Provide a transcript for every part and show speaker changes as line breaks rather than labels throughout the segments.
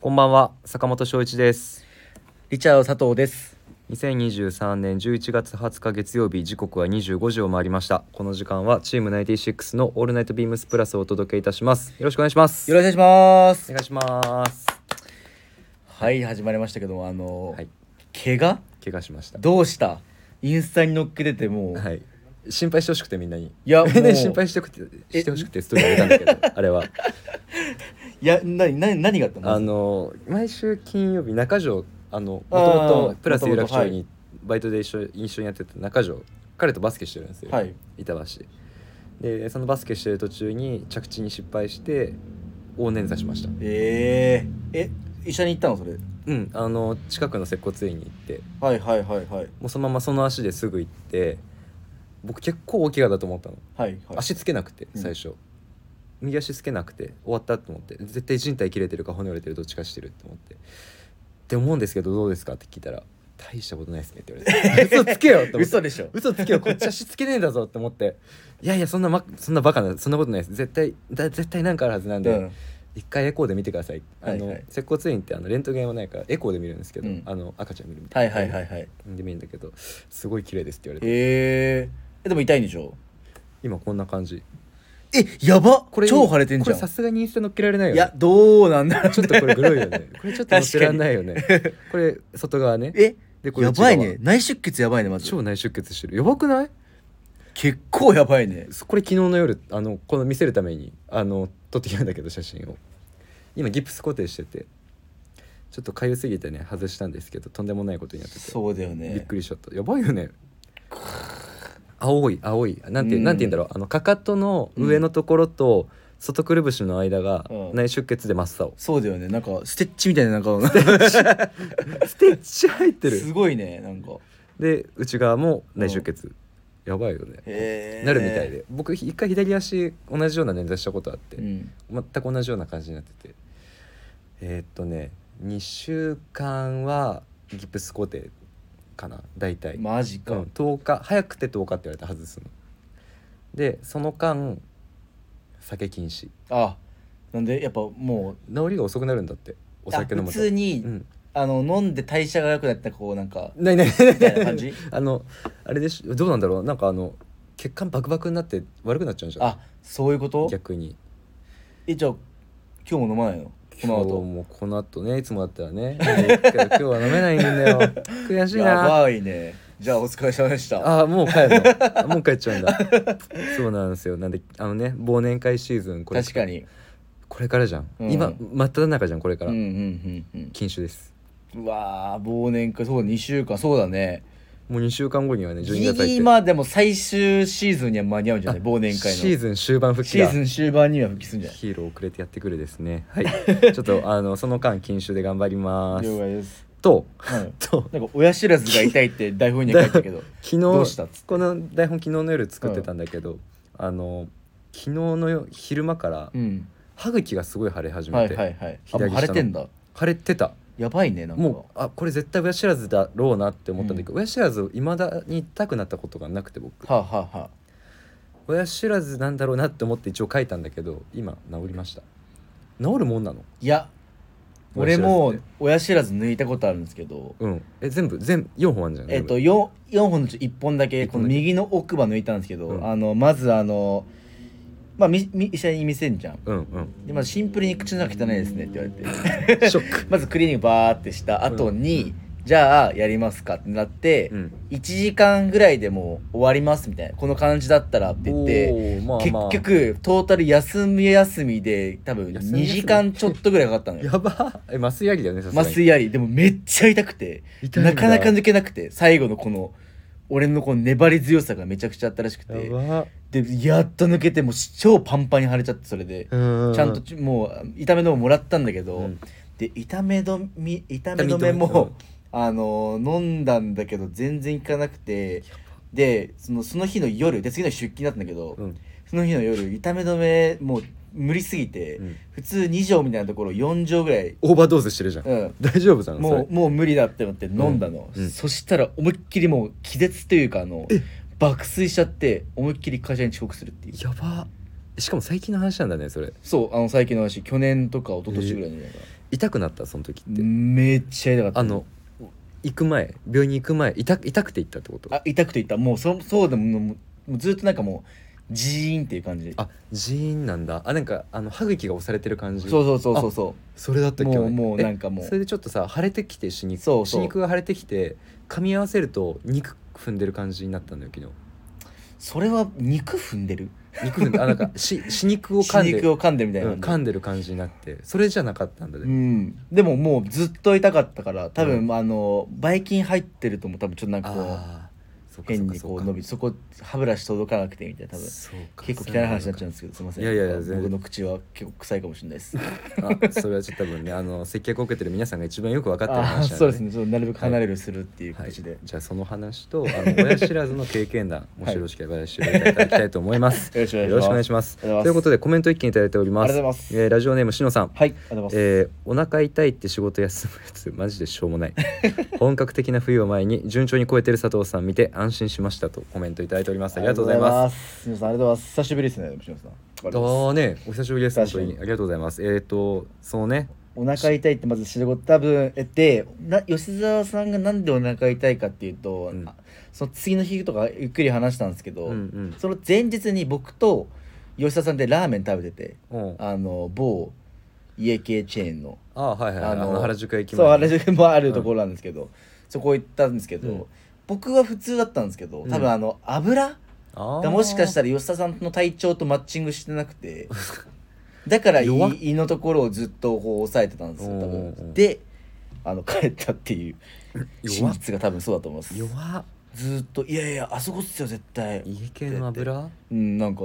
こんばんは、坂本翔一です。
リチャード佐藤です。
2023年11月20日月曜日、時刻は25時を回りました。この時間はチーム96のオールナイトビームスプラスをお届けいたします。よろしくお願いします。
よろしくお願いしま
お
す。
願いします。
はい、始まりましたけども、あの、
はい
怪我
怪我しました。
どうしたインスタに載っけててもう、
はい。心配してほしくてみんなに。
いや
みんなに
もう
心配してほしくて
え
してほしくてストーリーあげたんだけ ど、あれは。
い、や、な、な、何があったの
あ、の毎週金曜日中条あのもと
あ
も
ー
とプラス有楽町
元々は
にバイトで一緒一緒にやってた中条彼とバスケしてるんですよ、
はい
板橋でそのバスケしてる途中に着地に失敗して大捻挫しました
えー、え、医者に行ったのそれ。
うんあの近くの接骨院に行って
はいはいはいはい。
もうそのままその足ですぐ行って僕結構大怪我だと思ったの
はいはい。
足つけなくて
うん
最初、右足つけなくて終わったと思って絶対人体切れてるか骨折れてるどっちかしてると思ってって思うんですけどどうですかって聞いたら「大したことないですね」って言わ れて「嘘つけよ」って思って
嘘でしょ。
嘘つけよこっち足つけねえだぞって思って「いやいやそんな、ま、そんなバカなそんなことないです絶対だ絶対なんかあるはずなんで、
うん
一回エコーで見てください」あの、
はいはい
接骨院ってあのレントゲンはないからエコーで見るんですけど、
うん
あの赤ちゃん見るみた
はいい
な、
はいはいはい。
で見るんだけど「すごい綺麗です」って言われて
えー、え、でも痛いんでしょ
今こんな感じ
え、やば
これ
超腫れてんじゃ
これさ
ん。
すがにインスタ載っけられないよ
い
ね
や、どうなんだろう
ちょっとこれグロいよね。これちょっと載せらんないよね。これ外側ね。
え、
でこれ
や
内側
ばいね。内出血やばいね、まず。
超内出血してる。やばくない？
結構やばいね。
そこれ昨日の夜あのこの見せるためにあの撮ってきたんだけど写真を。今ギプス固定してて、ちょっと痒すぎてね外したんですけどとんでもないことになってて、
そうだよね。
びっくりしちゃった。やばいよね。青い青いなんて、
うん
なんて言うんだろうあのかかとの上のところと外くるぶしの間が
うん
内出血で真っ青、
そうだよねなんかステッチみたいななんか
ステッチ入って る
すごいねなんか
で内側も内出血、やばいよね
へー
なるみたいで、僕一回左足同じような捻挫したことあって、
うん、
全く同じような感じになっててえーっとね2週間はギプス固定かな大体、
マジ
う
か、
ん、10日早くて10日って言われて外すのでその間酒禁止
あなんでやっぱもう
治りが遅くなるんだってお酒飲むと
あ普通に、
うん、
あの飲んで代謝が良くなったこうなんか
ないない
みたいな 感じ
あのあれでしどうなんだろうなんかあの血管バクバクになって悪くなっちゃうんじゃない
あそういうこと
逆に
えじゃあ今日も飲まないのこの
今日
後
もこの後ねいつもだったらね飲んでいくけど今日は飲めないんだ よ悔しい
や
な
ばいねじゃあお疲れ様でした
あもう帰るのあもう帰っちゃうんだ そうなんですよなんであのね忘年会シーズンこれ
確かに
これからじゃん、
うん
今真っ只中じゃんこれか
うん
ら、
うんうん
禁酒です
うんうわー忘年会そう2週間そうだね
もう2週間後にはね
ギ
12
リ
月入っ
ギ
て
リまあでも最終シーズンには間に合うんじゃない
あ
忘年会の
シーズン終盤復帰
シ
だ
ーズン終盤には復帰するんじゃない
ヒーロー遅れてやってくるですね はいちょっとあのその間禁酒で頑張ります
解です。
と
はい
と
なんか親知らずが痛いって台本には書いた けど。
昨
どう
日
したっつって
この台本昨日の夜作ってたんだけど、あの昨日の夜昼間から
うん。
歯茎がすごい腫れ始
は
め
い
て、
はいはい。あ、
左
も
下
う
の
腫れてんだ。
腫れてた
やばいね、なんか。
もうあこれ絶対親知らずだろうなって思ったんだけど、親知らずいまだに痛くなったことがなくて僕
はあ、はあはあ、
親知らずなんだろうなって思って一応書いたんだけど今治りました治るもんなの
いや、俺も親知らず抜いたことあるんですけど、
うんえ全部全部4本あるんじゃない
えっと、4, 四本のうち1本だけ、
一
こ
本だけ
の右の奥歯抜いたんですけど、
うん
あの、まずあの、まあ、みみ医者に見せんじゃん。
うんうん
で、まずシンプルに口の中汚いですねって言わ れて。
ショック
まずクリーニングバーってした後に、じゃあやりますかってなって、
うん
1時間ぐらいでもう終わりますみたいなこの感じだったらって言って、
おーまあまあ
結局トータル休み休みで多分
休み休み
2時間ちょっとぐらいかかったのよ
やばえ麻酔やりだよねさすが
麻
に
酔ありでもめっちゃ痛くて
痛いんだ
なかなか抜けなくて最後のこの俺のこの粘り強さがめちゃくちゃあったらしくて
やば
でやっと抜けてもう超パンパンに腫れちゃってそれで、ち
ち
ゃんとちもう痛め止めもらったんだけど、
うん
で痛め止め痛め止めも、あのー飲んだんだけど全然効かなくてでそのその日の夜で次の日出勤だったんだけど、
うん
その日の夜痛め止めもう無理すぎて、
うん
普通2錠みたいなところ4錠ぐらい、
オーバードーズしてるじゃん、
うん、
大丈夫じゃんそれ
もうもう無理だって思って飲んだの、
うんうん
そしたら思いっきりもう気絶というかあの
え
爆睡しちゃって思いっきり会社に遅刻するっていう
やばしかも最近の話なんだねそれ
そうあの最近の話去年とか一昨年ぐらいのやつだから
痛くなったその時って
めっちゃ痛かった
あの行く前病院に行く前痛く痛くて行ったってこと
あ痛くて言ったもうそそうでももうずっとなんかもうジーンっていう感じ
あジーンなんだあなんかあの歯茎が押されてる感じ
そうそうそうそうそ
それだったっけ
もうもう
え
なんかもう
それでちょっとさ腫れてきて歯肉
そうそう
歯肉が腫れてきて噛み合わせると肉踏んでる感じになったんだよ昨日
うそれは肉踏んでる
肉踏んであなん かし歯肉を噛
歯
んで
肉を噛んでるみたいな、
うん噛んでる感じになってそれじゃなかったんだ
う
ね、
ん、でももうずっと痛かったから多分、
う
あのばい菌入ってると思う多分ちょっとなんかこう
ああそうかそ
変
うか
に
そ
こ
う
う
か
伸びてそこ歯ブラシ届かなくてみたいな多分
そうか
結構汚い話になっちゃうんですけどすいません
いやいやいや全然
僕の口は結構臭いかもしれないです
あそれはちょっと多分ねあの接客を受けてる皆さんが一番よく分かってる
あー
話なんで、
そうですねそうなるべく離れるするっていう
はい、
形で、
じゃあその話とあの親知らずの経験 談もしよろしければ知っていただきたいと思います。
よろしくお願いし
よ
ます
ろしくお願いします。
あ
と
りが
いう
と
こ
うご
と
ざ
でコメント一気にいただいております。
ありがとうございます
えーラジオネームしのさん。
はいありがとうございます、
えーお腹痛いって仕事休むやつ マジでしょう もない本格的な冬を前に順調に超えてる佐藤さん見て安心しましたとコメントいただいておりますありがとうございます
す皆さんありがとうございます久しぶりですね吉野さんありがとうござい
ど
ます
うねお久しぶりです本当
久しぶ
に
り
ありがとうございますえっ、とそのね
お腹痛いってまず仕事多分えってな吉沢さんがなんでお腹痛いかっていうと、
うん
その次の日とかゆっくり話したんですけど、
うんうん
その前日に僕と吉沢さんでラーメン食べてて
うんあ
あの某家系チェーンの
あはいはい、はい、あ
あ
の
の
原宿駅前
そう原宿もあるところなんですけど、そこ行ったんですけど、
うん
僕は普通だったんですけど多
うん
分あの油、
あ
だもしかした
ら
ら吉田さんの体調とマッチングしてな くてだから胃
弱っ
胃のところをずっとこう抑えてたんですよ多
おうおう
分であの帰ったっていう真
弱っ
実が多分そうだと思います
弱っ
ずっと「いやいやあそこっすよ絶対
家系の油」
うんなんか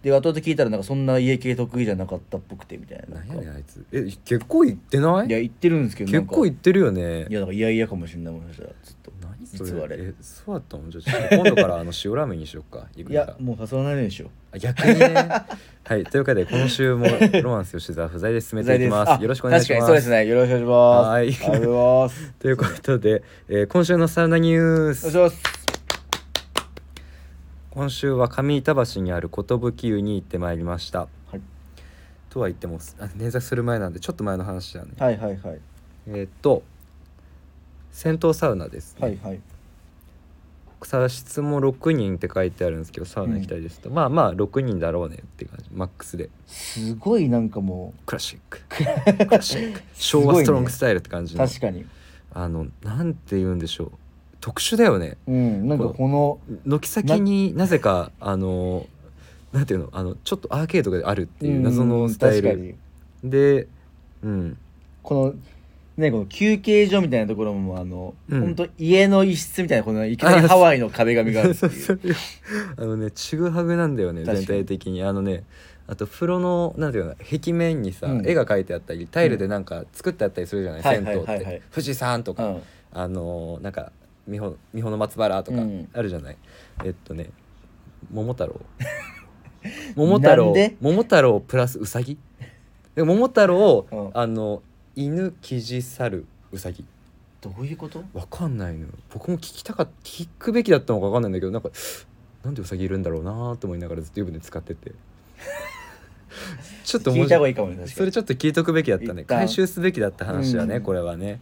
で後々聞いたらなんかそんな家系得意じゃなかったっぽくてみたいなな
なんん
か
やねんあいつえ結構行ってないい
や言ってるんですけどな
結
んか
構行ってるよね
いやだからいやいやかもしれないもしかしたらずっと
何そ
実はあ
れ
れ
えそうだったのじゃあちょっと今度からあの塩ラーメンにしようかいく
い
ら
や
か
もうファソナでしょ
あ逆に ねはいというわけで今週もロマンス吉沢不在で進めていきます
あ
よろしくお願いします
確かにそうですねよろしくお願いします
はーい
ありがとうございます
ということで、えー今週のサウナニュー
お願い
ス
します
今週は上板橋にある寿湯に行ってまいりました、
はい
とは言ってもあ捻挫する前なんでちょっと前の話だね、
はいはいはい
えーっと銭湯サウナです、ね
はいはい
さ質も6人って書いてあるんですけどサウナ行きたいですと、まあまあ6人だろうねって感じマックスです
ごいなんかも
クラシッククラシック昭和ストロングスタイルって感
う
じの、
確かに
あのなんて言うんでしょう特殊だよね
うんなんかこの
軒先になぜかあのなんていうのあのちょっとアーケードがあるっていう謎の
うん
スタイ
確か
ル
に
でうん
このねこの休憩所みたいなところもあの、
うん
ほんと家の一室みたいなこのいきなりハワイの壁紙があるって
そう
い
そううあのねちぐはぐなんだよね
確か
全
に
体的にあのねあと風呂のなんていうの壁面にさ、
うん
絵が描いてあったりタイルでなんか作ってあったりするじゃない、
はい
銭湯って、
はいはいはい
富士山と
う
か、
ん
あのーなんか三保三保の松原とか
うん
あるじゃない、えっとね桃太 郎桃太
な
郎
んで
桃太郎プラスウサギで桃太郎、
うん
あの犬キジ猿ウサギ
どういうこと
わかんないのよ僕も聞きたかっ聞くべきだったのかわかんないんだけどなんかなんでウサギいるんだろうなと思いながらずっと湯船使って てちょっと
聞
面
いた
白
方がいいかもね確かに
それちょっと聞いとくべきだったね
一旦
回収すべきだった話だね、
うん
これはね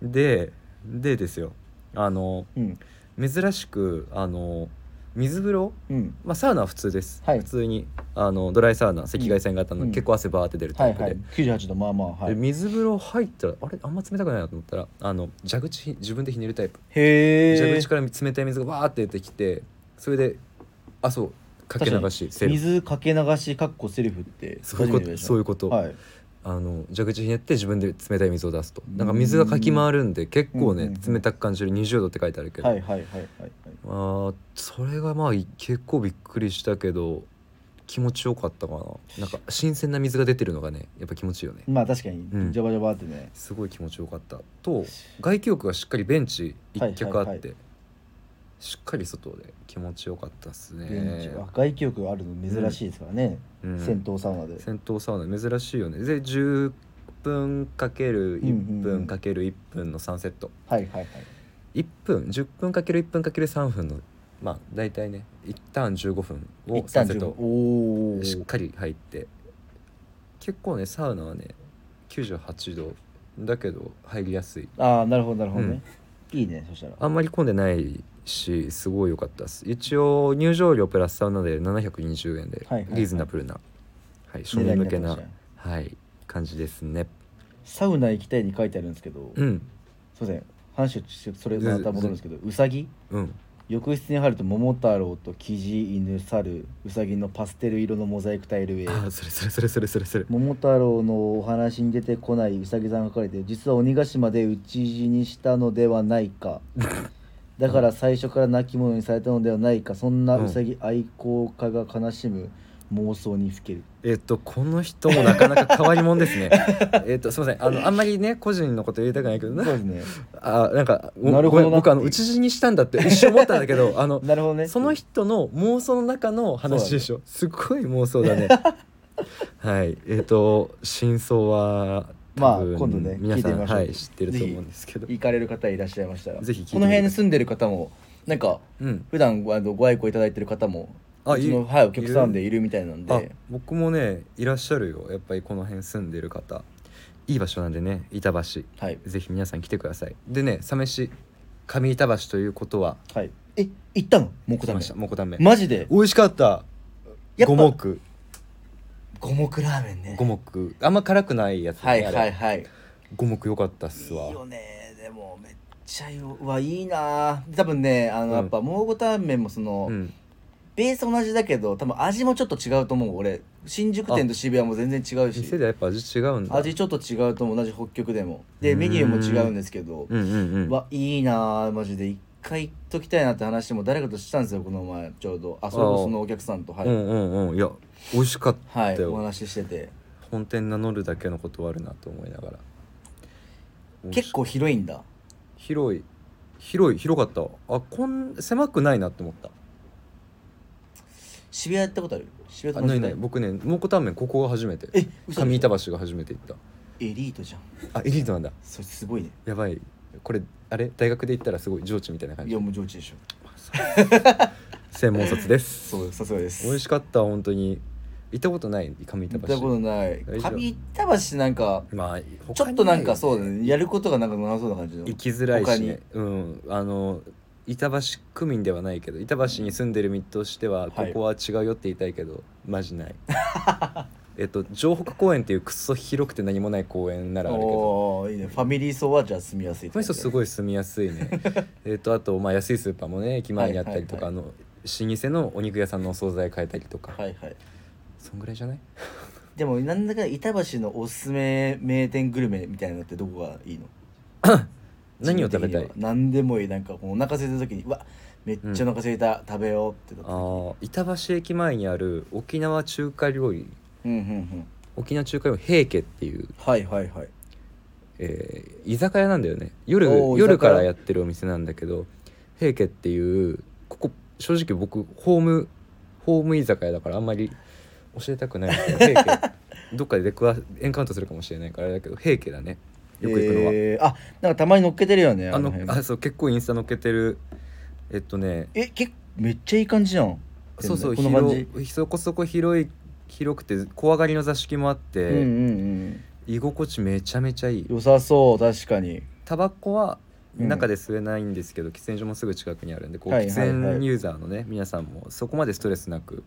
ででですよあの
うん
珍しくあの水風呂
うん
まあサウナは普通です、
はい
普通にあのドライサウナ赤外線型の、
うん
結構汗バーって出るタ
は
イ
い
プで、
はい98度まあまあは
で
い
水風呂入ったらあれあんま冷たくないなと思ったらあの蛇口ひ自分でひねるタイプ
へ
蛇
え
口から冷たい水がわーって出てきてそれであそうかけ流しセルフ
水かけ流しかっこセリフって
そういうことそういううこと、
はい
あの蛇口ひねって自分で冷たい水を出すと
うん
なんか水がかき回るんで結構ね
うんうんうん
冷たく感じる20度って書いてあるけど、
はいはいはいはいはい
あーそれがまあい結構びっくりしたけど気持ちよかったかななんか新鮮な水が出てるのがねやっぱ気持ちいいよね
まあ確かに
うん
ジャバジャバってね
すごい気持ちよかったと外気浴がしっかりベンチ一脚あって、
はいはいは
しっかり外で気持ちよかったっすね
ベンチは外気浴あるの珍しいですからね
うん
銭湯サウナで
戦闘サウナ珍しいよねで10分かける1
うんうんう
分
ん
かける1分の3セット
はいはいはい
1分10分かける1分かける3分のまあ大体ね一旦15分を3
一旦
セッ
10分
ト
おお
しっかり入って結構ねサウナはね98度だけど入りやすい
ああなるほどなるほどね、いいねそしたら
あんまり混んでないしすごい良かったです一応入場料プラスサウナで720円で
はいはいはい
リーズナブルな、はい庶
値段
民
に
向け
な
な
ってましたね
はい感じですね
サウナ行きたいに書いてあるんですけど、す
う
い
ん
ません話をしそれまた戻るんですけどうさぎ
うん
浴室に入ると桃太郎とキジ犬猿うさぎのパステル色のモザイクタイル絵
あそれそれそれそれそれそれ
桃太郎のお話に出てこないうさぎさんが書かれて実は鬼ヶ島で討ち死にしたのではない かだから最初から亡き者にされたのではないかそんなうさぎ愛好家が悲しむ妄想にふける、
えっとこの人もなかなか変わり者 ですねえっとすいませんあのあんまりね個人のこと言いたくないけど
そう
な
ですね
あなんかお
なるほ
ごめん
どな
僕あの打ち死にしたんだって一瞬思ったんだけどあの
なるほどね
その人の妄想の中の話でしょ、すごい妄想だ ねはいえっ、と真相は
まあ
多分
今度ね
皆さ
聞いてみ
ん
ましょう
はい知ってると思うんですけど
行かれる方いらっしゃいましたら
ぜひ聞いて
この辺に住んでる方もなんか
うん
普段あのご愛顧いただいてる方も
あ
うち
い
の、
る
はい、お客さんでいるみたいなん
あ
で
僕もねいらっしゃるよやっぱりこの辺住んでる方いい場所なんでね板橋
はい
ぜひ皆さん来てくださいでねサメシ上板橋ということは
はいえ行ったのもこ
来
だめ
ましたモコタンメン
マジで
美味しかった
やっぱ
五目
五目ラーメンね
五目あんま辛くないやつ、ね、
はいは
あ
い
れ
はい
五目良かったっすわ
いいよねでもめっちゃよはいいな多分ねあの、
うん
やっぱ蒙古タンメンもその、
うん
ベース同じだけど多分味もちょっと違うと思う俺新宿店と渋谷も全然違うし
店ではやっぱ味違うんだ
味ちょっと違うと思う同じ北極でもで
うん
メニューも違うんですけど、
うんうんうん
わいいなマジで一回行っときたいなって話も誰かとしたんですよこの前ちょうどあそれこそそのお客さんとはい、
うんうんうんいや美味しかった
はい、
よ、
お話ししてて
本店名乗るだけのことはあるなと思いながら
結構広いんだ
広い広い広かったあこん狭くないなって思った
渋谷行ったことある渋
あ
谷と
な
同
いな
じ
い僕ね蒙古タンメンここが初めて
え嘘
上板橋が初めて行っ
エリートじゃん
たあエリートなんだ
それすごいね
やばいこれあれ大学で行ったらすごい上智みたいな感
い
じ
やもう上智でしょ
専門卒です
そうさすがです
美味しかった本当に行ったことない上
行
板
っ
橋
たことない
大丈夫
上板橋なんか
まあ
ち
他
ょっ
に
となん
な
か
い
そうだねやることがなんかなさそうな感じの
行きづらい
他
し、
に
ね、うんあの板橋区民ではないけど板橋に住んでる身としてはこ
はい
こは違うよって言いたいけど、マジ ないえっと城北公園っていうくっそ広くて何もない公園ならあるけど
おおーいいねファミリー層はじゃあ住みやすい
この人す
い
ごい住みやすい ねえっとあとまあ安いスーパーもね駅前にあったりとか、
はい
あの老舗のお肉屋さんのお惣菜買えたりとか、
はいはい
そんぐらいじゃない
でもなんだか板橋のおすすめ名店グルメみたいなのってどこがいいの
何を食べたい
自分的には何でもいいなんかこうお腹空いた時にうわめっちゃお腹空いた、食べようってな
あ
った時
ー板橋駅前にある沖縄中華料理
うんうんうん
沖縄中華料理平家っていう
はいはいはい
えー居酒屋なんだよね夜
おー
夜か
居酒
ら
屋
やってるお店なんだけど平家っていうここ正直僕ホームホーム居酒屋だからあんまり教えたくないんだけど平 家どっかで出くわエンカウントするかもしれないからあれだけど平家だねよく行くのは、
えーあなんかたまに乗っけてるよね
あ
あの
の
辺
あそう結構インスタ載っけてるえっとね
えけめっちゃいい感じじゃん
そうそう
この感じ
広そこそこ広い広くて小上がりの座敷もあって、
うんうんうん
居心地めちゃめちゃいい
良さそう確かに
タバコは
うん
中で吸えないんですけど、喫煙所もすぐ近くにあるんでこう
はい
喫
はいはい
煙ユーザーのね皆さんもそこまでストレスなく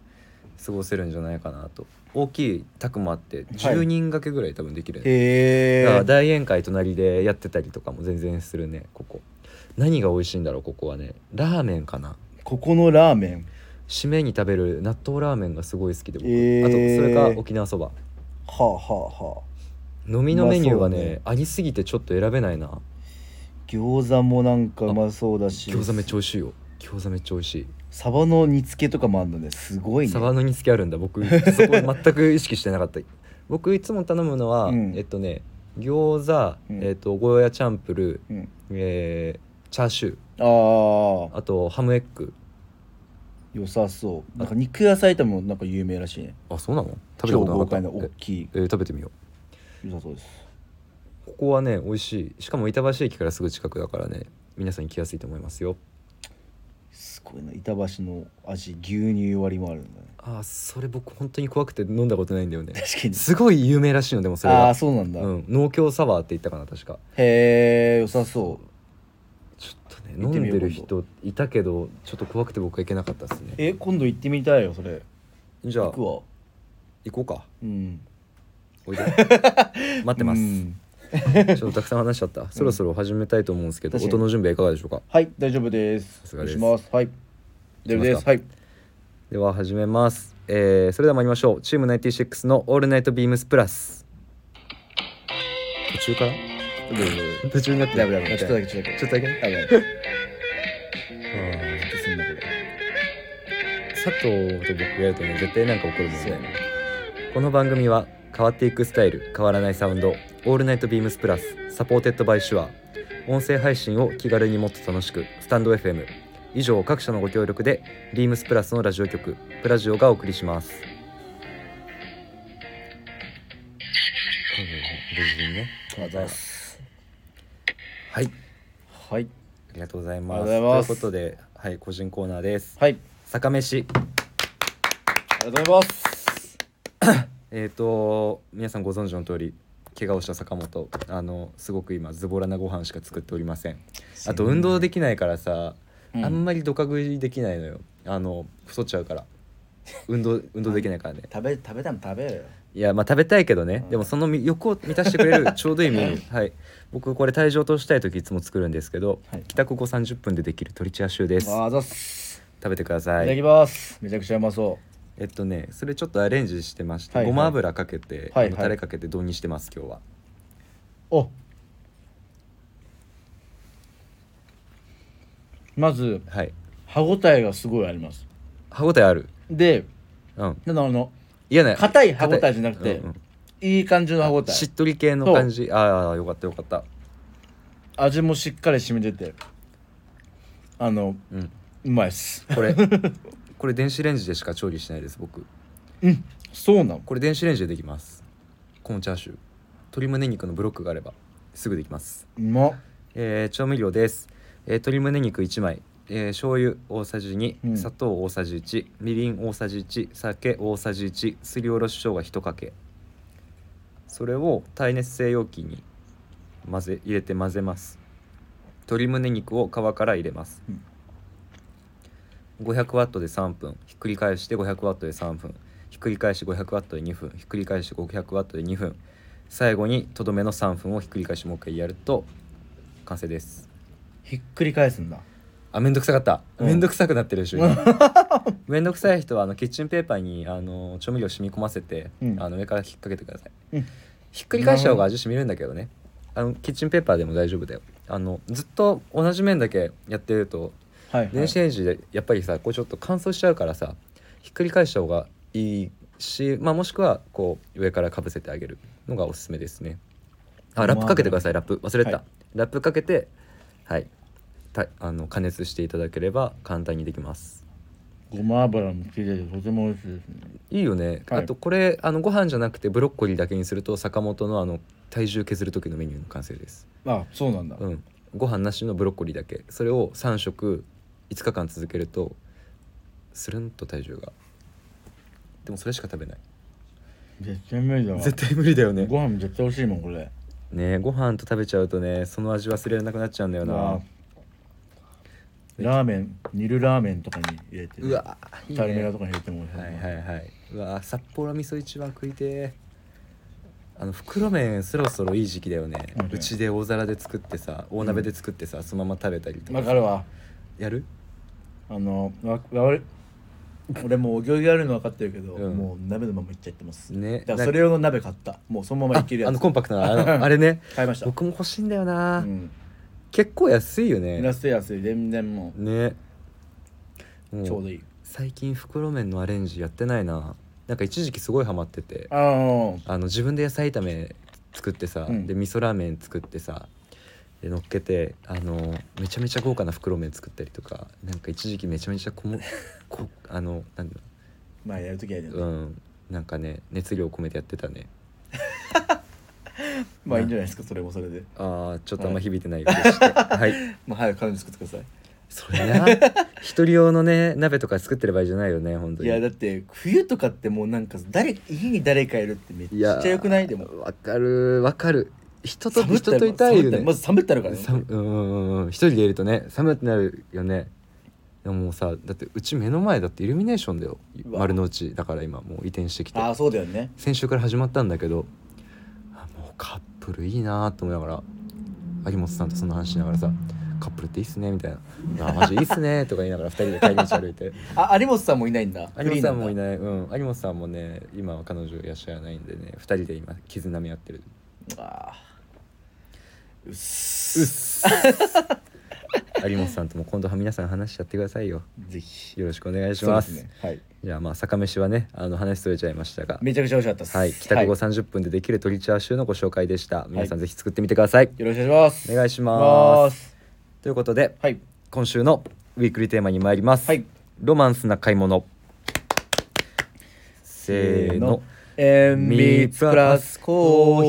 過ごせるんじゃないかなと大きい卓もあって10人掛けぐらい多分できる、
へ
だから
え
大宴会隣でやってたりとかも全然するねここ何が美味しいんだろうここはねラーメンかな
ここのラーメン
締めに食べる納豆ラーメンがすごい好きで僕、
へ
あ
ー
とそれか沖縄そば
はあはあはあ
飲みのメニューは
うまそうだ
ね
ね
ありすぎてちょっと選べないな
餃子もなんかうまそうだし
餃子めっちゃ美味しいよ餃子めっちゃ美味しい
サバの煮付けとかもあるのですごいね
サバの煮付けあるんだ 僕そこ全く意識してなかった僕いつも頼むのは、
うん
えっとね餃子、
うん
えっとゴーヤチャンプル、
うん
えーチャーシュー
ああ
あとハムエッグ
良さそうなんか肉野菜ともなんか有名らしいね
あそうなの食べた
超
ことなかった
豪快な大きい
ええー食べてみよう
良さそうです
ここはね美味しいしかも板橋駅からすぐ近くだからね皆さん行きやすいと思いますよ
すごいな板橋の味牛乳割りもあるんだね
あーそれ僕本当に怖くて飲んだことないんだよね
確かに
すごい有名らしいのでもそれ
ああ
は
ー、そうなんだ、
うん、農協サワーって言ったかな確か
へえ良さそう
ちょっとね
行
飲
って
ん
みよう
でる人いたけどちょっと怖くて僕は行けなかったですね
え今度行ってみたいよそれ
じゃあ
行く
行
わ
こうか
うん
お いで待ってます、
うん
ちょっとたくさん話しちゃったそろそろ始めたいと思うんですけど、
確かに
音の準備はいかがでしょうか
はい大丈夫です
さすがです
お願いしますはい大丈夫で
します
す
か
はい
では始めます、えー、それでは参りましょうチーム96の「オールナイトビームスプラス」途中から
大丈夫大丈
途中になって
夫ダメダメちょっとだけちょっとだけ
ちょっとだけ
はいはいちょっ
あ
とすんなこれ
ー佐藤と僕がやるとね絶対なんか起こるもん
そうやな
ねこの番組は変わっていくスタイル変わらないサウンド「オールナイトビームスプラス」サポーテッドバイシュア音声配信を気軽にもっと楽しくスタンド FM 以上各社のご協力でビームスプラスのラジオ局プラジオがお送りします無事にね
あざっす
はい
はい
ありがとうございます
ありがとうございます
ということではい個人コーナーです
はい
坂飯
ありがとうございます
えー、と皆さんご存知の通り怪我をした坂本あのすごく今ズボラなご飯しか作っておりませんあと運動できないからさ、あんまりドカ食いできないのよあの太っちゃう から運動運動できないからね
食べ食べたもん食べよ
いやまあ食べたいけどね、
うん
でもその欲を満たしてく れるちょうどいいメニューはい僕これ体重落としたい時いつも作るんですけど、
はい
帰宅後30分でできる鶏チャーシューです
あざっす
食べてくだ
い
さ
ただき
い
ますめちゃくちゃうまそ
えっとねそれちょっとアレンジしてまして、
はいはい
ごま油かけて、
はいはい
あのタレかけて丼にしてます今日は
うおまず
はい
歯ごたえがすごいあります
歯応えある
で
うん
なんだろうあの
嫌な
硬い歯応えじゃなくて
うんうん
いい感じの歯ごた
しっ
え
とり系の感じああよかったよかった
味もしっかり染みててあの
うん
うまいっす
これ これ電子レンジでしか調理しないです僕
うんそうなの
これ電子レンジでできますこのチャーシュー鶏胸肉のブロックがあればすぐできます、
うまっ
えー調味料です、えー鶏胸肉1枚えー、醤油大さじ2、
うん
砂糖大さじ1みりん大さじ1酒大さじ1すりおろし生姜1かけそれを耐熱性容器に混ぜ入れて混ぜます鶏胸肉を皮から入れます、
うん
500ワットで3分ひっくり返して500ワットで3分ひっくり返して500ワットで2分ひっくり返して500ワットで2分最後にとどめの3分をひっくり返してもう一回やると完成です
ひっくり返すんだ
あめんどくさかった、
うん
めんどくさくなってるで しょ今めんどくさい人はあのキッチンペーパーにあの調味料染み込ませて、
うん
あの上から引っ掛けてください
うん
ひっくり返した方が味染みるんだけどねあのキッチンペーパーでも大丈夫だよあのずっと同じ面だけやってると
はい、は
電子
い、
レンジでやっぱりさこうちょっと乾燥しちゃうからさひっくり返した方がいいし、まあ、もしくはこう上からかぶせてあげるのがおすすめですねあラップかけてくださいラップ忘れてた、
はい
ラップかけてはいたあの加熱していただければ簡単にできます
ごま油も効いててとても美味しいですね
いいよね、
はい
あとこれあのご飯じゃなくてブロッコリーだけにすると坂本のあの体重削る時のメニューの完成です
あそうなんだ、
うんご飯なしのブロッコリーだけそれを3食5日間続けるとスルンと体重がでもそれしか食べない
絶対無理だわ
絶対無理だよね
ご飯絶対美味しいもんこれ
ねご飯と食べちゃうとねその味忘れなくなっちゃうんだよな
わラーメン煮るラーメンとかに入れてね
うわいい
タルメラ
ね
とかに入れても美味しい、
はいはいはいうわ札幌味噌一番食いてーあの袋麺そろそろいい時期だよね
うん
うちで大皿で作ってさ大鍋で作ってさ、そのまま食べたりと
わ
か
かるわ
やる
あのわわれ俺もうお行儀あるの分かってるけど、
うん
もう鍋のままいっちゃってます
ね
だからそれ用の鍋買ったもうそのままいけるやつ
ああのコンパクトなあ のあれね
買いました
僕も欲しいんだよな、
うん
結構安いよね
安い安い全然も
ねも
う
う
ちょうどいい
最近袋麺のアレンジやってないななんか一時期すごいハマってて
ああ
あの自分で野菜炒め作ってさ、
うん
で味噌ラーメン作ってさで乗っけてあのめちゃめちゃ豪華な袋麺作ったりとかなんか一時期めちゃめちゃ こもこあのなんだ
まあやるときはやるよね、
うんなんかね熱量込めてやってたね
まあいいんじゃないですかそれもそれで
あーちょっとあんま響いてないようでしてはい
まあ早く彼女作ってください
それな一人用のね鍋とか作ってる場合じゃないよね本当
い
に
やだって冬とかってもうなんか誰家に誰かいるってめっ
い
ち
や
ゃよくないでも
わかるわかる人と
寒
人といたいよ
寒
ね
まず寒ったのからね
寒うんうんうんうん一人でいるとね寒ってなるよねでももうさだってうち目の前だってイルミネーションだよ
うわ
丸の内だから今もう移転してきて
ああそうだよね
先週から始まったんだけどあもうカップルいいなと思いながら秋元さんとその話しながらさ「カップルっていいっすね」みたいな「あマジいいっす ね」とか言いながら二人で帰り道歩いて
あ有本さんもいないんだ
有本さんもい
い
ないうん有本さんもね今は彼女いらっしゃらないんでね二人で今絆み合ってる
あーうっ
うっ
す
す有本さんとも今度は皆さん話しちゃってくださいよ
ぜひ
よろしくお願いします
そうですねはい
じゃあまあ坂飯はねあの話それちゃいましたが
めちゃくちゃ美味しかったです
はい帰宅後30分でできる鶏チャーシューのご紹介でした、皆さんぜひ作ってみてください
よろしくお願いします
お願いしますということで
はい
今週のウィークリーテーマに参ります、
はい
ロマンスな買い物せーの
塩味プラス好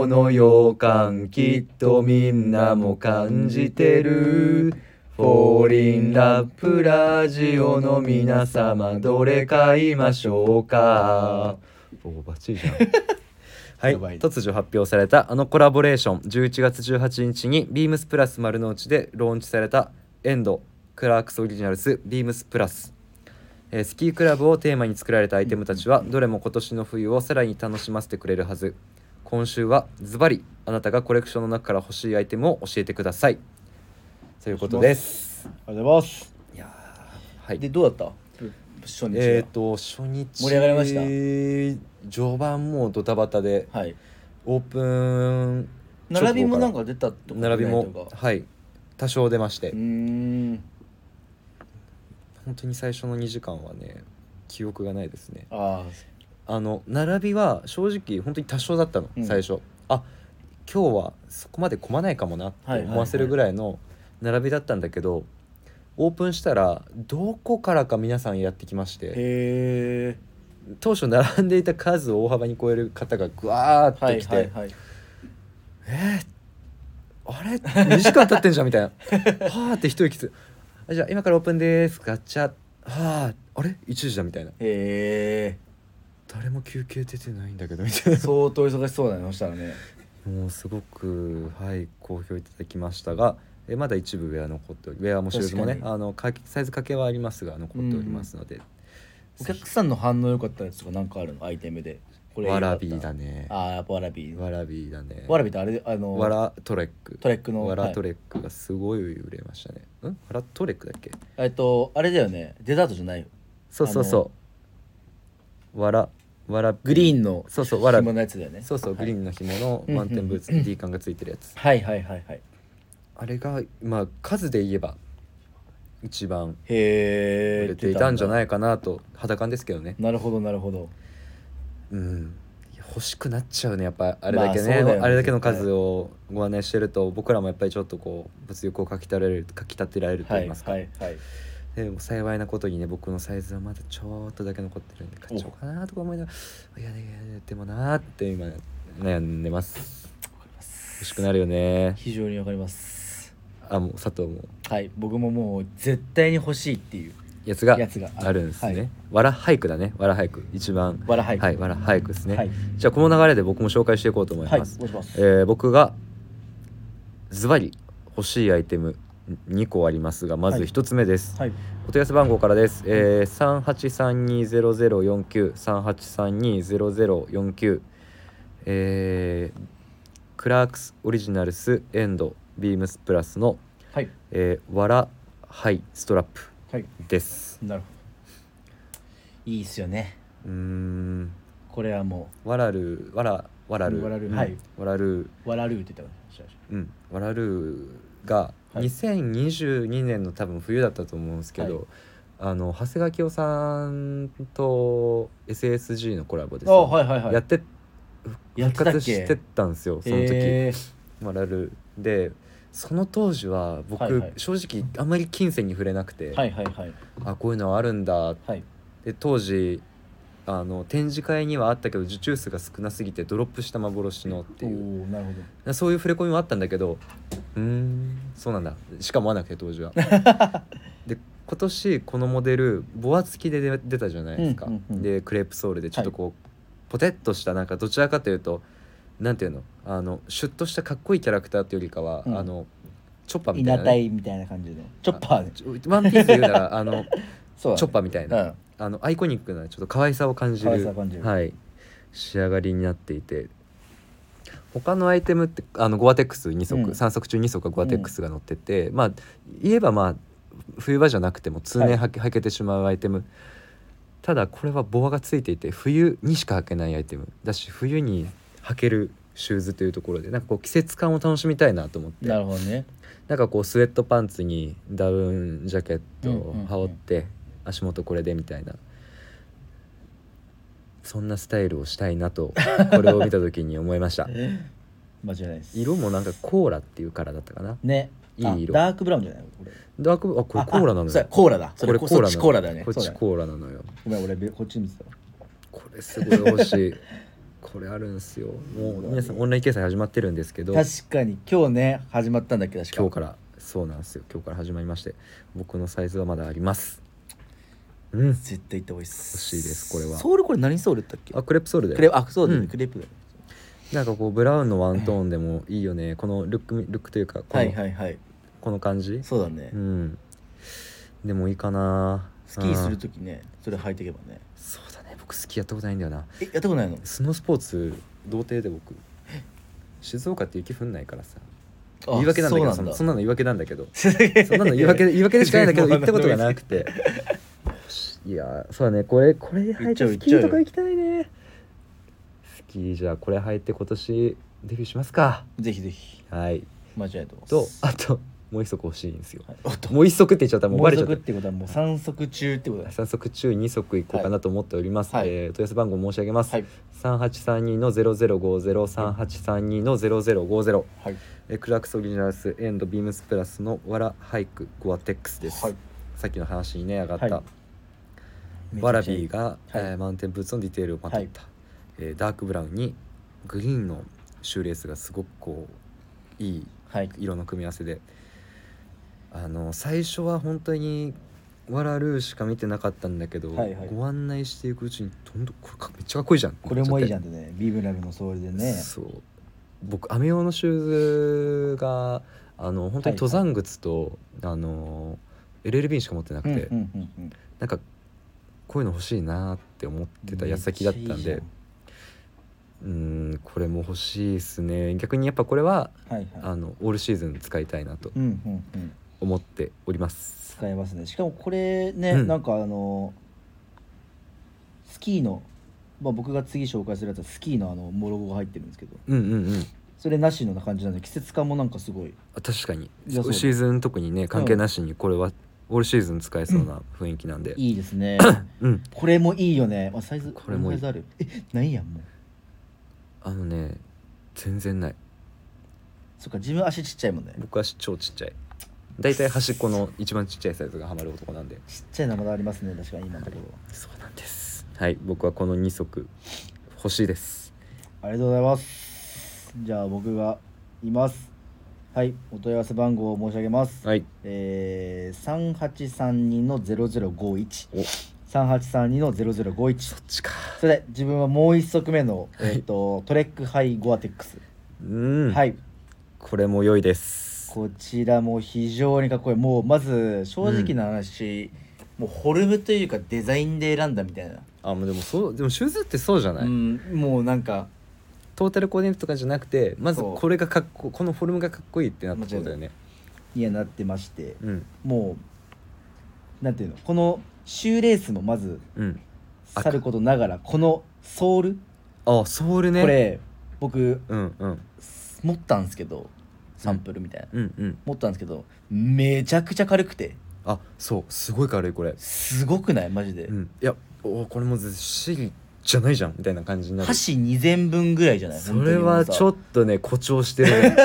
評の予感きっとみんなも感じてるフォーリンラップラジオの皆様どれ買いましょうか
おーバッチリじゃん は
やば
い
い
突如発表されたあのコラボレーション11月18日にビームスプラス丸の内でローンチされたエンドクラークスオリジナルスビームスプラスえースキークラブをテーマに作られたアイテムたちはどれも今年の冬をさらに楽しませてくれるはず今週はズバリあなたがコレクションの中から欲しいアイテムを教えてくださいということです
ありがとうございます
いやーはい
でどうだった初日は
えっ、と初日
盛り上がりました
序盤もうドタバタで
はい
オープン直後から
並びもなんか出たってことない
並び
と
も
か
はい多少出まして、
うーん
本当に最初の2時間はね記憶がないですね
あ
あの並びは正直本当に多少だったの、
うん
最初あ今日はそこまで混まないかもなって
はいはいはい
思わせるぐらいの並びだったんだけど、オープンしたらどこからか皆さんやってきまし
ー
て
へえ
当初並んでいた数を大幅に超える方がぐわーっ
は
て
い
きて、
はいはい
えーあれ2時間経ってんじゃんみたいな はあって一息つあじゃあ今からオープンですガチャはああれ1時だみたいな
へ
誰も休憩出てないんだけどみたい
え
な
相当忙しそうだねそしたらね
もうすごくはい好評いただきましたがえまだ一部ウェア残っておりウェアもシューズもね
確か
あのかけサイズ掛けはありますが残っておりますので、
お客さんの反応良かったやつとかなんかあるのアイテムでこ
わら
良
び
かった
だね
あーやっぱわらび
わらびだね
わらびってあれあの
わらトレック
トレックの
わらト
レ
レックがすごい売れましたね、んわらトレックだっけ
えっとあれだよねデザートじゃないよ
そうそうそうわらわら
グリーンの
そうそうわら
紐のやつだよね
そうそう、
は
グ
い
リーンの紐の
うんうん
満点ブーツ D 感がついてるやつ
はいはいはいはい
あれがまあ数で言えば一番
へ
売
え
れていたんじゃないいかなと肌感ですけどね
なるほどなるほど
うんいや欲しくなっちゃうねやっぱあれだけね,、
まあそうだよね
あれだけの数をご案内してると僕らもやっぱりちょっとこう物欲をかきたれるかき立てられると
は
言い
い
ますか、
はいはい
でも幸いなことにね僕のサイズはまだちょっとだけ残ってるんで買っちゃおうかなとか思いながらいやいやいやでもなーって今悩んでます欲しくなるよね
非常にわかります
あもう佐藤も
はい僕ももう絶対に欲しいっていう
やつが
やつがある
あるんですね、
はい
わら俳句だねわら俳句一番
わらはい
はいわら俳句ですね、
はい
じゃあこの流れで僕も紹介していこうと思い
はいお願
ま
い
す、
します
えー僕がズバリ欲しいアイテム2個ありますがまず
はい
1つ目です、
はい
お問い合わせ番号からです。えー、38320049、38320049、えー、クラークスオリジナルスエンドビームスプラスの、
はい
えー、わらハイストラップ
はい
です。
なるほどいいっすよね
うーん、
これはも
わらる、わら、わらる、
わらる
うん
はい
わらる、
うわらるーって言ったから
うん、わらるが
はい
2022年の多分冬だったと思うんですけど、
は
あの長谷川清さんと SSG のコラボです
あ
よね、
はいはいはい
やって
やって
復
たっ
活
け
してたんですよその時
へ
マラルでその当時は僕、
はいはい
正直あんまり金銭に触れなくて、
ーはいはいはい
あこういうのあるんだ
はい
で当時あの展示会にはあったけど受注数が少なすぎてドロップした幻のっていう
おおなるほど
そういう触れ込み もあったんだけどうーんそうなんだしかも合わなくて当時はで今年このモデルボア付きで出出たじゃないですか、
うんうんうん
でクレープソールでちょっとこう、ポテッとしたなんかどちらかというとなんていうのあのシュッとしたかっこいいキャラクターっていうよりかは、
うん
あのチョッパーみたい
稲
な
田
ね、
井みたいな感じのチョッパーね
ちょワンピースで言うならあの
そうだね
チョッパーみたいな、
うん
あのアイコニックなちょっと可愛さを感じる
可愛さを感じる
はい、仕上がりになっていて他のアイテムってあのゴアテックス2足、
うん
3足中2足がゴアテックスが乗ってて、まあ言えばまあ冬場じゃなくても通年はけ,、はけてしまうアイテムただこれはボアがついていて冬にしか履けないアイテムだし冬に履けるシューズというところでなんかこう季節感を楽しみたいなと思って
なるほどね
なんかこうスウェットパンツにダウンジャケットを羽織って、足元これでみたいなそんなスタイルをしたいなとこれを見た時に思いま した
間違いないです
色もなんかコーラっていうカラーだったかな
ね
いい色
あダークブラウンじゃないこれ
ダークブあこれコーラなの
ああそう
よ
やコーラだそれこ
こ
そっちコーラだよね
こっ
そ
ち
うだね
コーラなのよ
ごめん俺べこっち見てたわ
これすごい欲しいこれあるんすよもう皆さんオンライン掲載始まってるんですけど
確かに今日ね始まったんだっけ確か
今日からそうなんですよ今日から始まりまして僕のサイズはまだありますうん
絶対行った方がいいっす
欲しいですこれは
ソウルこれ何ソウルだったっけ
あクレープソールで
クレープあそうだよね、
うん
クレープだよね
なんかこうブラウンのワントーンでもいいよね、このルックみルックというかこの,、
はいはいはい
この感じ
そうだね、
うんでもいいかな
スキーする
うん
時ねそれ履いていけばね
そうだね僕スキーやったことないんだよな
えやったことないの
スノースポーツ童貞で僕静岡って雪降んないからさ
あ
言い訳なんだけど
そ
そう
なん
の
だ
そんなの言い訳なんだけどそ
そ
んなの言い 訳言い訳でしかないんだけど
全
行っ
然
たことがなくていやそうだねこれこれ履
行っ
い
ちゃ
て
う
スキーとか
行
行
っ
きたいねスキーじゃあこれ履いて今年デビューしますか
ぜひぜひ
はい
間違いないと思います
とあともう一足欲しいんですよ
はいおっと
もう一足って言っちゃったもう
もう
バレちゃっ
足ったてことはもう三足中ってことだね
3足中2足いこうかなと思っております、
はい
えー問い合わせ番号申し上げます、
はい
3832の00503832の0050、
はい
えークラークスオリジナルスエンドビームスプラスのわらハイクゴアテックスです、
はい
さっきの話にね上がった、
はい
わらびーが、
はい
えーマウンテンブーツのディテールをまとった、えーダークブラウンにグリーンのシューレースがすごくこういい
はい
色の組み合わせであの最初は本当にワラルーしか見てなかったんだけど、
はいはい
ご案内していくうちにどんどんこれかめっちゃかっこいいじゃん
これもいいじゃ
ん
んってねビブラムのソールでね
そう僕雨用のシューズがあの本当に登山靴と、あの LLB しか持ってなく
う
て、
んうんうんうん
なんかこういうの欲しいなって思ってた矢先だったんで
めっち
うんこれも欲しいですね逆にやっぱこれは
ゃいいじゃんはいはい
あのオールシーズン使いたいなと
うんうんうん
思っております。
使えますねしかもこれね、
うん
なんかあのスキーの、まあ、僕が次紹介するやつはスキーのあのモロゴが入ってるんですけど
うんうんうん
それなしのな感じなんで季節感もなんかすごい
あ確かに
いやそう
シーズン特にね関係なしにこれはオールシーズン使えそうな雰囲気なんで
いいで すね
うん
これもいいよねあサイズ
これもいい
サイズあるえないやんもう
あのね全然ない
そっか自分足ちっちゃいもんね
僕は超ちっちゃい大体端っこの一番ちっちゃいサイズがハマる男なんで
ちっちゃいのまだありますね確かに今のところ
そうなんですはい僕はこの2足欲しいです
ありがとうございますじゃあ僕がいますはいお問い合わせ番号を申し上げます、
はい
えー、3832の0051
お
3832の0051
そっちか
それで自分はもう一足目の、えー、とトレックハイゴアテックス、
うん、、
はいい
これも良いです
こちらも非常にかっこいいもうまず正直な話、もうフォルムというかデザインで選んだみたいな、
あもうでもそうでもシューズってそうじゃない、
うんもうなんか
トータルコーディネートとかじゃなくてまず
そう
これがかっここのフォルムがかっこいいってなったことだよね
いやなってまして
うん
もうなんていうのこのシューレースもまず
うん
さることながらこのソール、
あソールね
これ僕
うんうん
持ったんですけどサンプルみたいな、
うんうん
持ったんですけどめちゃくちゃ軽くて
あそうすごい軽いこれ
すごくないマジで、
うんいやおこれもずっしりじゃないじゃんみたいな感じになる
箸2,000分ぐらいじゃない
それはちょ
っと
っとね誇張してるね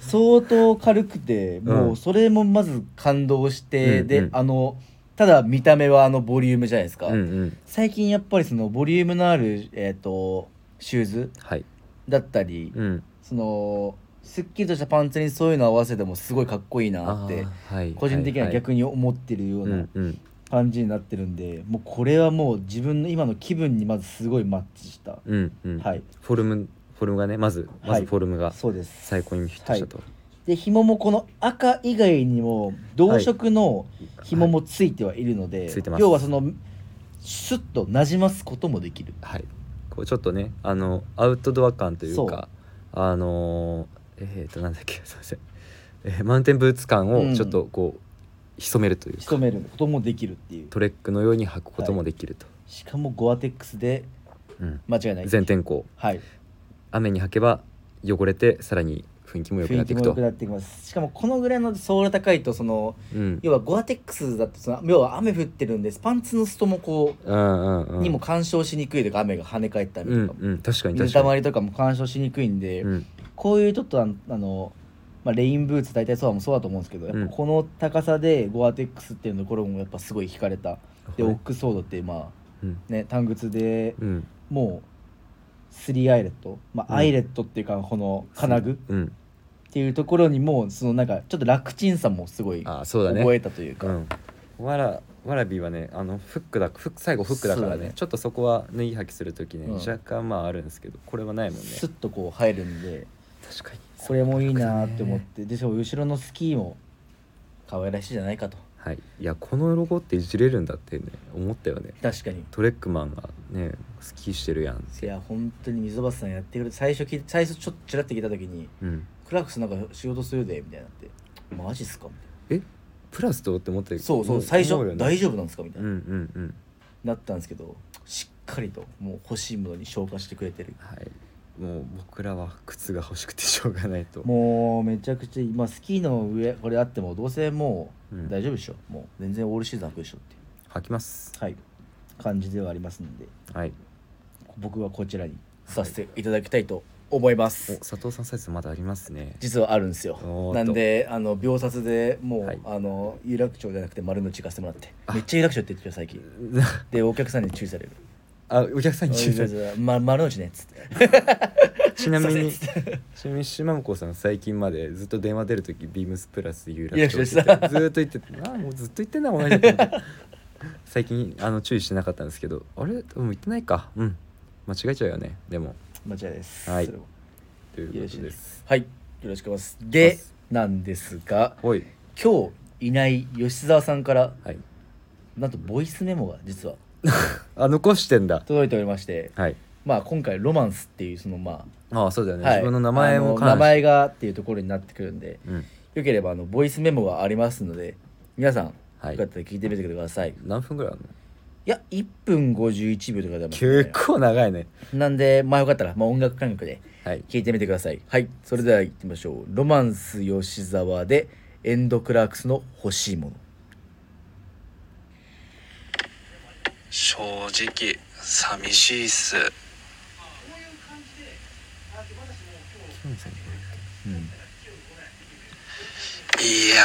相当軽くてもうんうそれもまず感動して、
うんう
で
ん
あのただ見た目はあのボリュームじゃないですか、
うんうん
最近やっぱりそのボリュームのあるえっ、とシューズ
はい
だったり、
うん
そのすっきりとしたパンツにそういうの合わせてもすごいかっこいいなって
あーはい
個人的には逆に思ってるよう
う
なん
うん
感じになってるんでもうこれはもう自分の今の気分にまずすごいマッチした、
うんうん
はい
フォルムフォルムがねまずま
はい
ずフォルムが
そうです
最高にフィットしたと、
で紐もこの赤以外にも同色の紐もついてはいるので、
いついてます
要はそのシュッとなじますこともできる
はい、こうちょっとねあのアウトドア感というかあのーえっ、となんだっけすいません、えーマウンテンブーツ感
うん
をちょっとこう、潜めるというか
潜めることもできるっていう
トレックのように履くこともできると、
しかもゴアテックスで
うん、
間違いない
全天候
はい
雨に履けば汚れてさらに雰囲気も良く
雰
な
囲
って
気
いく
も
と
良くなってきますしかもこのぐらいのソール高いとその
うん
要はゴアテックスだとその要は雨降ってるんでパンツの裾もこう、
うんうんうん
にも干渉しにくいというか雨が跳ね返ったり
うん
とかも、
うん確かに
水
確か
た
に
まりとかも干渉しにくいんで、
うん
こういうちょっとあのあの、まあ、レインブーツ大体そうもそうだと思うんですけど、やっぱ
うん
この高さでゴアテックスっていうところもやっぱすごい惹かれたでオッ
う
クスフォードっていうま
ん
あね単靴で
うん
もうスリーアイレット、まあ、
うん
アイレットっていうかこの金具っ
うん
ていうところにもそのなんかちょっと楽ちんさもすごい
あそうだね
覚えたというか
うん、わらわらびはねあのフックだフック最後フックだから
そう
ね
だね
ちょっとそこは脱ぎ履きする時ね、
うん
若干まああるんですけどこれはないもんね
スッとこう入るんで
確かに
これもいいなって思ってでしかも後ろのスキーも可愛らしいじゃないかと
はいいやこのロゴっていじれるんだってね思ったよね
確かに
トレックマンがねスキーしてるやんっ
い
て
や本当に溝端さんやってくれて最初き最初ちょっとちらって聞いた時に
うん
「クラークスなんか仕事するで」みたいになって「マジっすか?」みたい
えプラスどうって思って
なそうそう最初、大
丈
丈夫なんですか?」みたい
うん
な、
うんうん
なったんですけどしっかりともう欲しいものに消化してくれてる
はいもう僕らは靴が欲しくてしょうがないと
もうめちゃくちゃ今スキーの上これあってもどうせも
うん
う大丈夫でしょ、もう全然オールシーズン履くでしょっていう
履きます
はい感じではありますので
はい
僕はこちらにさせていただきたいと思います、
お佐藤さんサイズまだありますね
実はあるんですよ
おーっと
なんであの秒殺でもう、
はい
あの有楽町じゃなくて丸の内行かせてもらって
あ
めっちゃ有楽町って言ってるよ最近でお客さんに注意され る
あお客さんに注意されて
あま、丸の内ねっつって
ちな みに
す
ち
いま
なみに島向こうさん最近までずっと電話出る時ビームスプラス有
有
楽
楽町
町
で
っ
して
言
た
ってずーっと言ってて なあもうずっと言ってんなお前だと 思って最近あの注意してなかったんですけどあれでも言ってないかうん間違えちゃうよねでも
間違いです
はい
それも
という
よろ
こ
し
とで
いですすはいよろしくお願いしますで
ます
なんですが
おい
今日いない吉沢さんから
はい
なんとボイスメモが実は
あ残してんだ
届いておりまして
はい
まあ今回ロマンスっていうそのま
ああそうだよ
あ、
ね、
はい
自分の名前も
あの名前がっていうところになってくるんで
うん
よければあのボイスメモがありますので皆さん、
はい
よかったら聞いてみてくださいい
何分ぐらいあるの
や1分51秒とかでも
結構長いね
なんでまあよかったら、まあ、音楽感覚で
はい
聞いてみてくださいはいそれでは行ってみましょう「ロマンス吉沢」でエンド・クラークスの「欲しいもの
正直寂しいっすいや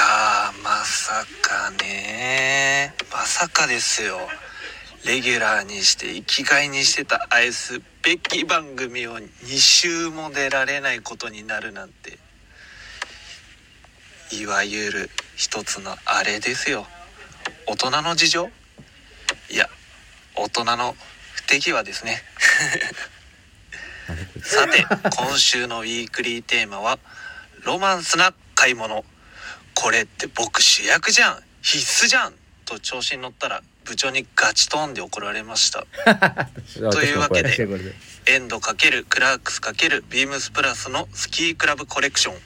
ーまさかねまさかですよレギュラーにして生きがいにしてたアイスべき番組を2週も出られないことになるなんていわゆる一つのあれですよ大人の事情いや大人の不手際ですねさて今週のウィークリーテーマは「ロマンスな買い物」これって僕主役じゃん必須じゃんと調子に乗ったら部長にガチトーンで怒られましたというわけで
確かにこ れで
エンド×クラークス×ビームスプラスのスキークラブコレクション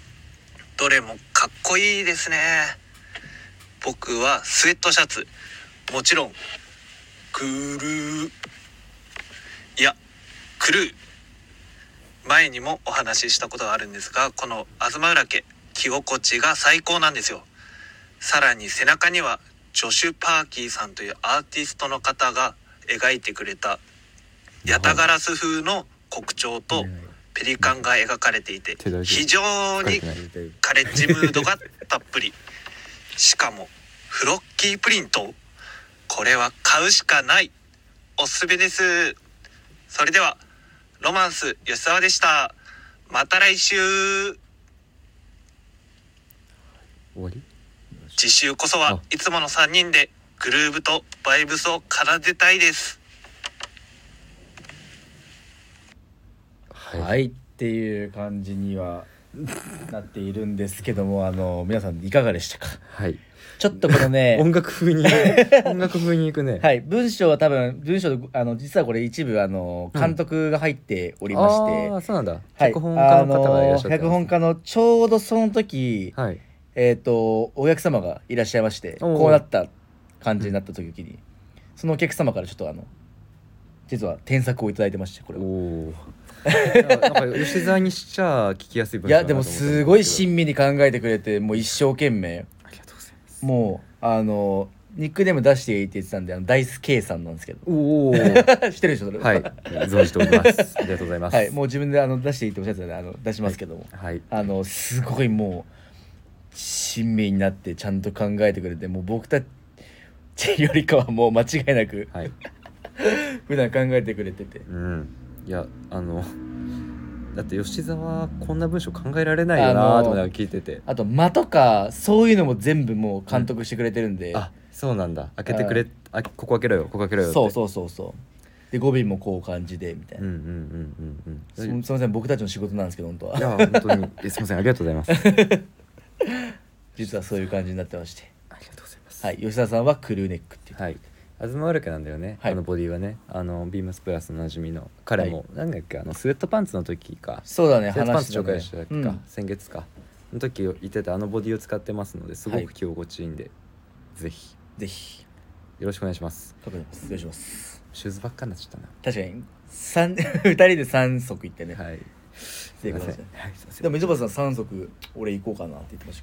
どれもかっこいいですね僕はスウェットシャツもちろんクルーいやクルー前にもお話ししたことがあるんですがこの東浦家着心地が最高なんですよさらに背中にはジョシュ・パーキーさんというアーティストの方が描いてくれたヤタガラス風の黒鳥とペリカンが描かれていて
手だけ
非常にカレッジムードがたっぷりしかもフロッキープリントこれは買うしかないおすすめですそれではロマンス吉沢でしたまた来週次週こそ
あ
はいつもの3人でグルーブとバイブスを奏でたいです
はい、
はいっていう感じにはなっているんですけどもあの皆さんいかがでしたか
はい
ちょっとこの ね
音楽風に音楽風にいくね、
はい文章は多分文章であの実はこれ一部あの監督が入っておりまして、
ああそうなんだ、
はい、
脚本家の方がいらっしゃっ
あ
て
の脚本家のちょうどその時、
はい
えっ、とお客様がいらっしゃいまして
おう
こうなった感じになった時にそのお客様からちょっとあの実は添削をいただいてましてこれ
お
を
おーなんかなんか吉沢にしちゃ聞きやすい
い
文章だ
や
な
で
と思
も
ったんです
ごい
し
親身に考えてくれてもう一生懸命
ありがとうございます
もうあのニックネーム出していいって言ってたんであのダイス K さんなんですけど
おお
知ってるでしょそれ
はい存じておりますありがとうございます
はい、もう自分であの出していいっておっしゃってたんであの出しますけども、
はい
あのすごいもう親身になってちゃんと考えてくれてもう僕たちよりかはもう間違いなく
はい
普段考えてくれてて
うんいやあの だって吉沢こんな文章考えられないよなー
あの
と思いながら聞いてて
あと間とかそういうのも全部もう監督してくれてるんで、
あそうなんだ開けてくれあここ開けろよここ開けろよって
そうそうそうそうで語尾もこう感じでみたい
うんう
な、
んうんうん
す
う
み
ん
すいません僕たちの仕事なんですけど本当
い
は
や本当にえすみませんありがとうございますありが
実はそういう感じになってまして
とうございます
はい吉田さんはクルーネックっていう、
はい東マルケなんだよね、
はい
あのボディはねあのビームスプラスのなじみの彼も、な
は
んだっけあのスウェットパンツの時かス
そうだね
ウェットパン
話
ツ
して
紹
たね
介した時
う
か、
ん
先月かの時言ってたあのボディを使ってますのですご
はい
く着心地いいんで、ぜひ
ぜひ
よろしくお願いします
確認ます失礼します
シューズばっかになっちゃったな
確かに三 二人で3足行ってね、
はい。
っていうことですね
はい、すいません
でも溝端さん3足俺行こうかなって言ってまし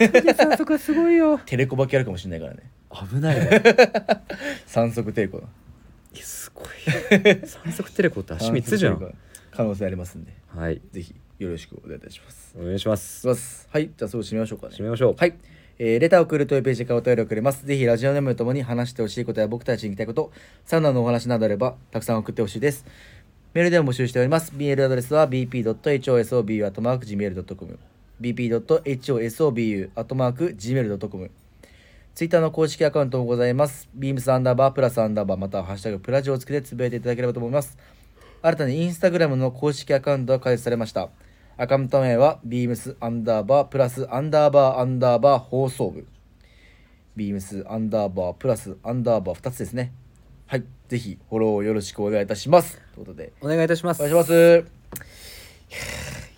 たけど
反則はすごいよ。
テレコバキあるかもしれないからね
危ない ね。
3足テレコ
いやすごい。反則テレコって足三つじゃ
三足
ん。
テレコ可能性ありますんで
はい。
ぜひよろしくお願いいたします
お願いします
し。ますはいじゃあそろそろ締めましょうかね
締めましょう。
はい。えーレターを送るというページからお便りをくれます。ぜひラジオネームとともに話してほしいことや僕たちに聞きたいこと、サウナのお話などあればたくさん送ってほしいです。メールでも募集しております。メールアドレスは bp.hosobu.gmail.com bp.hosobu.gmail.com ツイッターの公式アカウントもございます。beams アンダーバープラスアンダーバーまたはハッシュタグプラジオをつけてつぶやいていただければと思います。新たにインスタグラムの公式アカウントが開設されました。アカウント名は beams アンダーバープラスアンダーバーアンダーバー放送部。beams アンダーバープラスアンダーバー2つですね。はい。ぜひフォローをよろしくお願いいたします。ということで。
お願いいたしま
お
す。
願いします。いやー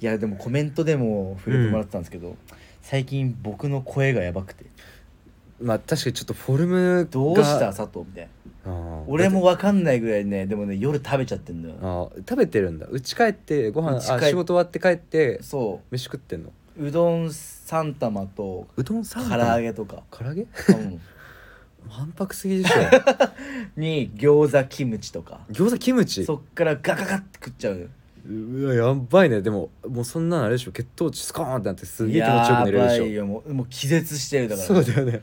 いやでもコメントでも触れてもらってたんですけど、最近僕の声がやばくて
まあ確かにちょっとフォルムが
どうした佐藤みたいな
あー
俺もわかんないぐらいねでもね夜食べちゃってんだよ
あー食べてるんだ。うち帰ってご飯
家帰っ
あ仕事終わって帰って
そ
飯食ってんの。
ううどん3玉と
うどん
唐
三玉
揚。げとか、
唐揚げ？
うん、
わんぱくすぎ でしょ。
に餃子キムチとか
餃子キムチ。
そっからガガガって食っちゃう
うわやばいね。でももうそんなのあれでしょ。血糖値スコーンってなってすげえ気持ちよく寝れるでし
や
ょ
ばい。よもうもう気絶してるだから
そうだよね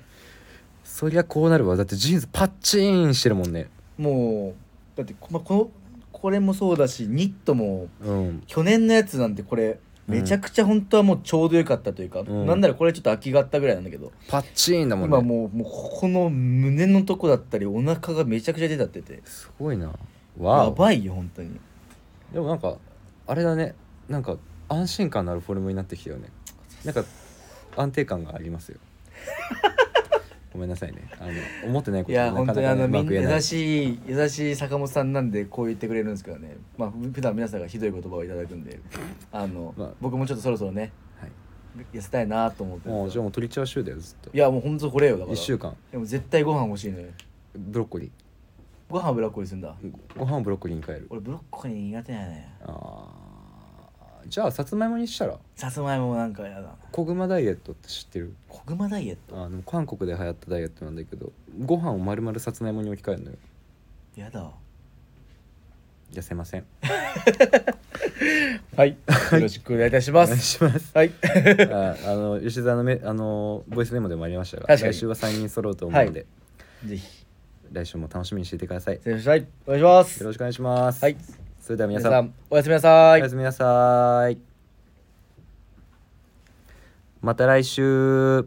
そりゃこうなるわだってジーンズパッチーンしてるもんね
もうだってこ,、まこのこれもそうだしニットも
うん
去年のやつなんてこれ
うん
めちゃくちゃ本当はもうちょうどよかったというか、
ん
なんならこれちょっと空きがあったぐらいなんだけど、
パッチーンだもんね
今もうもうここの胸のとこだったりお腹がめちゃくちゃ出たってて
すごいなわ
や
お
ばいよ本当に
でもなんかあれだねなんか安心感のあるフォルムになってきたよねなんか安定感があります よごめんなさいねあの思ってないこ
い
と
や
な
本
か
当
な
に
か
あ
ね
の
うま
みん
く言えな
優
い
しい優しい坂本さんなんでこう言ってくれるんですけどねまあふ普段皆さんがひどい言葉をいただくんであの、
まあ
僕もちょっとそろそろね
はい
痩せたいなと思ってるん
もう
です
じゃあ
よ
もう鳥茶は週だよずっと
いやもう本当これよだから
1週間
でも絶対ご飯欲しいのよ
ブロッコリ
ご飯はブロッコリーするんだ
ーご飯をブロッコリーに変える
俺ブロッコリー苦手やね
あーじゃあさつまいもにしたら
さつまいももなんかやだ
小熊ダイエットって知ってる
小熊ダイエット
あの韓国で流行ったダイエットなんだけどご飯を丸々さつまいもに置き換えるのよ
やだ
痩せません
はいよろしくお願いいたし
お
ま
願い
す
します
はい
ああの吉沢のめあのボイスメモでもありましたが
確かに
来週は3人揃うと思うので、
ぜひ
来週も楽しみにしていてくださいよ
失礼しますお願いします
ろしくお願いします、
はい
それでは皆
皆
さん
さんおやすみなさ
お
い
やすみなさいまた来週